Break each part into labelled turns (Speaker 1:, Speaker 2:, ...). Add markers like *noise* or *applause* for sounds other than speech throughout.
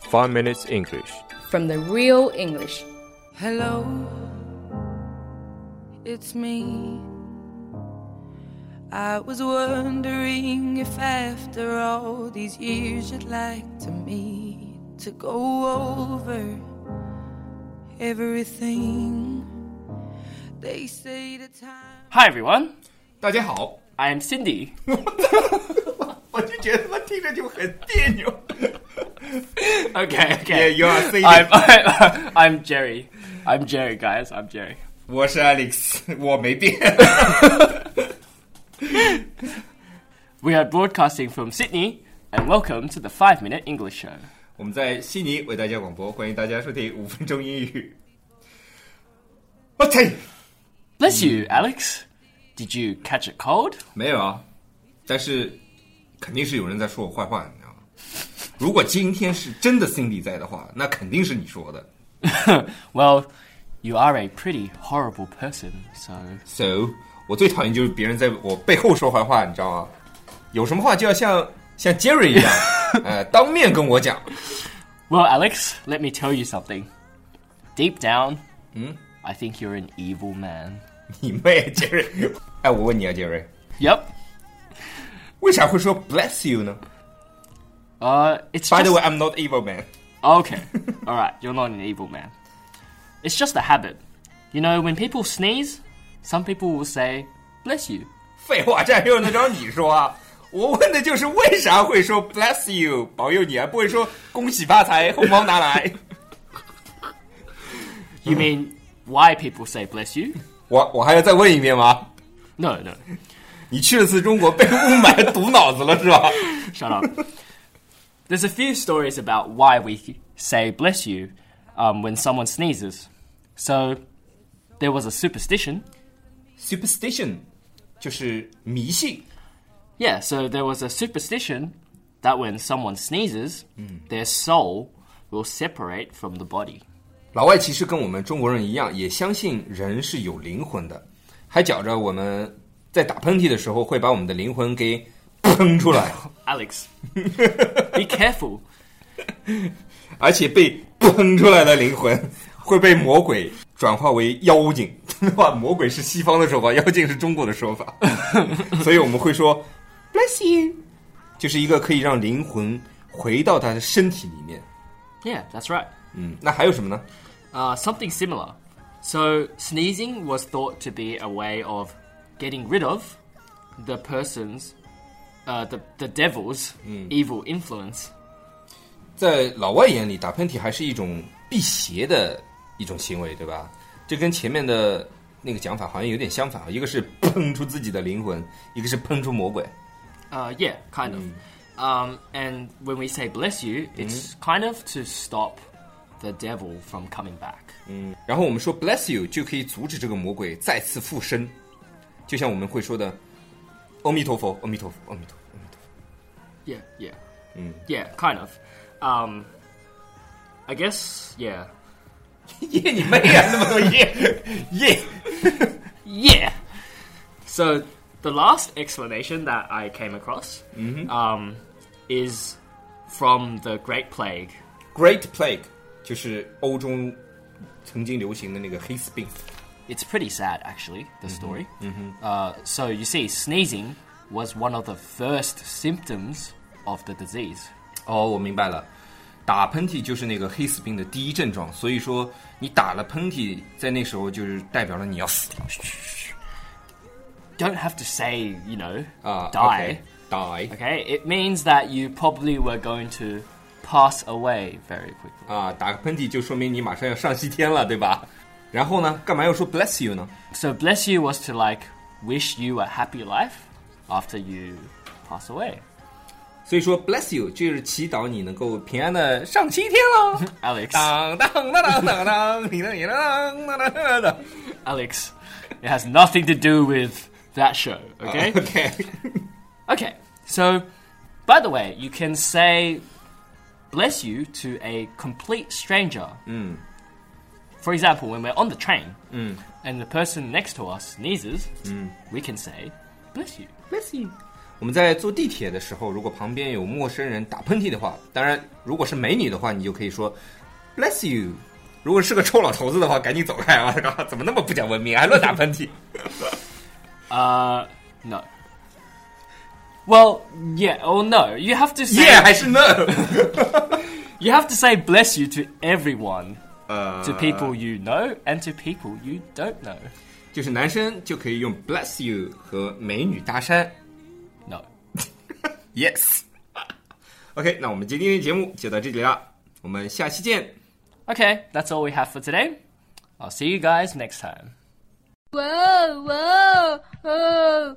Speaker 1: Five Minutes English.
Speaker 2: from the real English.
Speaker 3: Hello, it's me. I was wondering if after all these years you'd like to meet to go over everything. They say the time.
Speaker 4: Hi everyone,
Speaker 5: 大家好，
Speaker 4: I'm Cindy.
Speaker 5: 我就觉得他妈听着就很别 *laughs* 扭。
Speaker 4: Okay,
Speaker 5: Yeah,
Speaker 4: okay.
Speaker 5: you are saying.
Speaker 4: I'm I'm, *laughs* I'm Jerry. I'm Jerry, guys. I'm Jerry.
Speaker 5: *laughs* 我是 Alex，我没变。 *laughs*
Speaker 4: We are broadcasting from Sydney, and welcome to the Five Minute English Show.
Speaker 5: 我们在悉尼为大家广播，欢迎大家收听五分钟英语。我操，
Speaker 4: Bless you, Alex. Did you catch a cold?
Speaker 5: 没有啊，但是肯定是有人在说我坏话，你知道吗？如果今天是真的 Cindy 在的话，那肯定是你说的。
Speaker 4: Well, you are a pretty horrible person, so
Speaker 5: So，我最讨厌就是别人在我背后说坏话，你知道吗？有什么话就要像像 Jerry 一样， *laughs* 呃，当面跟我讲。
Speaker 4: well, Alex. Let me tell you something. Deep down, I think you're an evil man.
Speaker 5: 你妹，杰瑞！哎，我问你啊，杰瑞，
Speaker 4: Yep.
Speaker 5: 为啥会说 bless you 呢
Speaker 4: Uh, it's
Speaker 5: ？By
Speaker 4: just-
Speaker 5: the way, I'm not evil man。
Speaker 4: Okay. *laughs* All right. You're not an evil man. It's just a habit. You know, when people sneeze, some people will say, bless you.
Speaker 5: 废话，这还用得着你说啊？我问的就是为啥会说 bless you，保佑你，还啊不会说恭喜发财，红包拿来。
Speaker 4: You mean why people say bless you?
Speaker 5: 我我还要再问一遍吗？
Speaker 4: No, no.
Speaker 5: 你去了次中国被雾霾堵脑子了是吧？
Speaker 4: Shut up. There's a few stories about why we say bless you um, when someone sneezes. So, there was a superstition.
Speaker 5: superstition 就是迷信。
Speaker 4: Yeah, so there was a superstition that when someone sneezes, their soul will separate from the body.
Speaker 5: 老外其实跟我们中国人一样，也相信人是有灵魂的，还觉着我们在打喷嚏的时候会把我们的灵魂给 *coughs* 喷出来，
Speaker 4: Alex, *laughs* be careful.
Speaker 5: 而且被喷出来的灵魂 *laughs* 会被魔鬼转化为妖精。 *laughs* 哇，魔鬼是西方的说法，妖精是中国的说法， *laughs* 所以我们会说 “bless you”，就是一个可以让灵魂回到他的身体里面。
Speaker 4: Yeah, that's right.
Speaker 5: 嗯，那还有什么呢？
Speaker 4: Uh, something similar. So, sneezing was thought to be a way of getting rid of the person's, uh, the, the devil's evil influence.
Speaker 5: 在老外眼里，打喷嚏还是一种辟邪的一种行为，对吧？这跟前面的那个讲法好像有点相反啊，一个是 *laughs* 喷出自己的灵魂，一个是喷出魔鬼。
Speaker 4: Uh, yeah, kind of. Um, and when we say bless you, it's kind of to stop the devil from coming back.
Speaker 5: 然后我们说 “bless you” 就可以阻止这个魔鬼再次附身，就像我们会说的“阿弥陀佛，阿弥陀佛，阿弥陀佛 *laughs*
Speaker 4: Yeah, yeah. Yeah, kind of. Um, I guess, yeah. ”。
Speaker 5: 耶，你妹啊！那么多耶 *laughs* 耶
Speaker 4: Yeah. So the last explanation that I came across um, is from the Great Plague.
Speaker 5: ，Great Plague 就是欧洲曾经流行的那个黑死病。
Speaker 4: It's pretty sad, actually, the story. Uh, so you see, sneezing was one of the first symptoms of the disease.
Speaker 5: 哦，我明白了，打喷嚏就是那个黑死病的第一症状，所以说你打了喷嚏，在那时候就是代表了你要死掉
Speaker 4: Don't have to say, you know,
Speaker 5: 啊
Speaker 4: die.
Speaker 5: ，die
Speaker 4: Okay. it means that you probably were going to pass away very quickly.
Speaker 5: 啊，打个喷嚏就说明你马上要上西天了，对吧？然后呢，干嘛要说 bless you 呢？
Speaker 4: So bless you was to like wish you a happy life after you pass away.
Speaker 5: 所以说 bless you 就是祈祷你能够平安的上西天 *laughs* 喽。
Speaker 4: Alex,
Speaker 5: 当当当当当当，你当你当当当当当。
Speaker 4: Alex, it has nothing to do with that show, okay?
Speaker 5: *laughs* OK，
Speaker 4: okay, so by the way, you can say bless you to a complete stranger. For example, when we're on the train and the person next to us sneezes, we can say bless you.
Speaker 5: 我我们在坐地铁的时候，如果旁边有陌生人打喷嚏的话，当然如果是美女的话，你就可以说 “bless you”；如果是个臭老头子的话，赶紧走开啊！我靠，怎么那么不讲文明，还乱打喷嚏？
Speaker 4: Uh, no. Well, yeah, oh no. You have to say
Speaker 5: 耶、
Speaker 4: *laughs*
Speaker 5: 还是 no？
Speaker 4: you have to say bless you to everyone,
Speaker 5: 呃
Speaker 4: to people you know and to people you don't know.
Speaker 5: 就是男生就可以用 “bless you” 和美女搭讪
Speaker 4: No.
Speaker 5: ，yes。OK，那我们今天的节目就到这里了，我们下期见。
Speaker 4: Okay, that's all we have for today. I'll see you guys next time.
Speaker 1: 哇哦哇哦
Speaker 2: oh.
Speaker 1: 哦！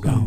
Speaker 6: do do